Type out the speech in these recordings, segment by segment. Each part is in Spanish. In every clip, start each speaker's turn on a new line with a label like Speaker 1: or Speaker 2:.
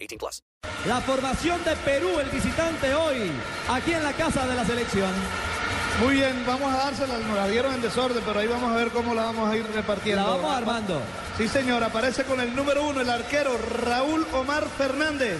Speaker 1: 18 plus.
Speaker 2: La formación de Perú, el visitante hoy, aquí en la casa de la selección.
Speaker 3: Muy bien, vamos a dársela, nos la dieron en desorden, pero ahí vamos a ver cómo la vamos a ir repartiendo.
Speaker 2: La vamos armando.
Speaker 3: Sí, señor, aparece con el número uno, el arquero Raúl Omar Fernández.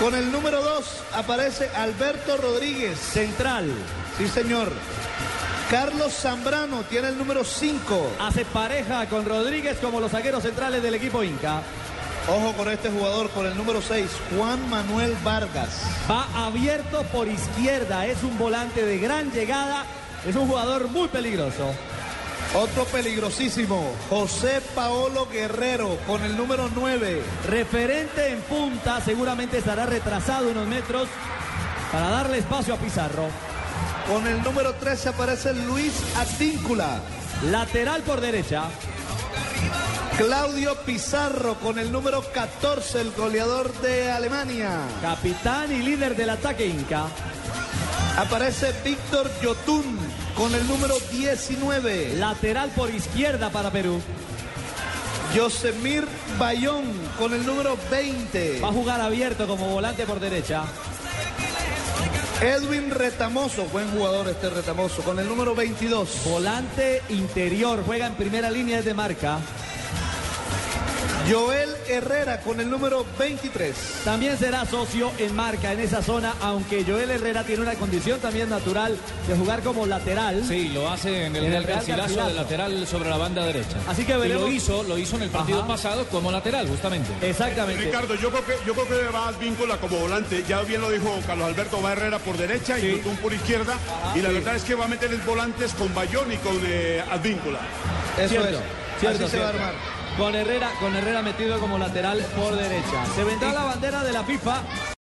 Speaker 3: Con el número dos aparece Alberto Rodríguez.
Speaker 2: Central,
Speaker 3: Sí, señor. Carlos Zambrano tiene el número cinco.
Speaker 2: hace pareja con Rodríguez como los zagueros centrales del equipo Inca.
Speaker 3: Ojo con este jugador, con el número seis, Juan Manuel Vargas.
Speaker 2: Va abierto por izquierda, es un volante de gran llegada, es un jugador muy peligroso.
Speaker 3: Otro peligrosísimo, José Paolo Guerrero, con el número nueve.
Speaker 2: Referente en punta, seguramente estará retrasado unos metros para darle espacio a Pizarro.
Speaker 3: Con el número 13 aparece Luis Atíncula.
Speaker 2: Lateral por derecha,
Speaker 3: Claudio Pizarro con el número 14, el goleador de Alemania.
Speaker 2: capitán y líder del ataque Inca.
Speaker 3: Aparece Víctor Yotun con el número 19.
Speaker 2: Lateral por izquierda para Perú.
Speaker 3: Yosemir Bayón con el número 20.
Speaker 2: Va a jugar abierto como volante por derecha.
Speaker 3: Edwin Retamoso, buen jugador este Retamoso, con el número 22.
Speaker 2: Volante interior, juega en primera línea es de marca.
Speaker 3: Joel Herrera con el número 23.
Speaker 2: También será socio en marca en esa zona, aunque Joel Herrera tiene una condición también natural de jugar como lateral.
Speaker 4: Sí, lo hace en el,
Speaker 2: En el
Speaker 4: Real
Speaker 2: Real
Speaker 4: Garcilaso
Speaker 2: Garcilaso.
Speaker 4: de lateral sobre la banda derecha.
Speaker 2: Así que
Speaker 4: Y
Speaker 2: veremos.
Speaker 4: lo hizo, lo hizo en el partido
Speaker 2: Ajá.
Speaker 4: pasado como lateral, justamente.
Speaker 2: Exactamente.
Speaker 5: Ricardo, yo creo que yo creo que va víncula como volante. Ya bien lo dijo Carlos Alberto va Herrera por derecha y Yotun por izquierda. y la verdad es que va a meter el volantes con Bayón y con eh, Advíncula.
Speaker 3: Eso
Speaker 2: Cierto,
Speaker 3: es.
Speaker 2: cierto,
Speaker 3: Así se va a
Speaker 2: cierto.
Speaker 3: armar.
Speaker 2: Con Herrera, con Herrera metido como lateral por derecha. Se vendrá la bandera de la FIFA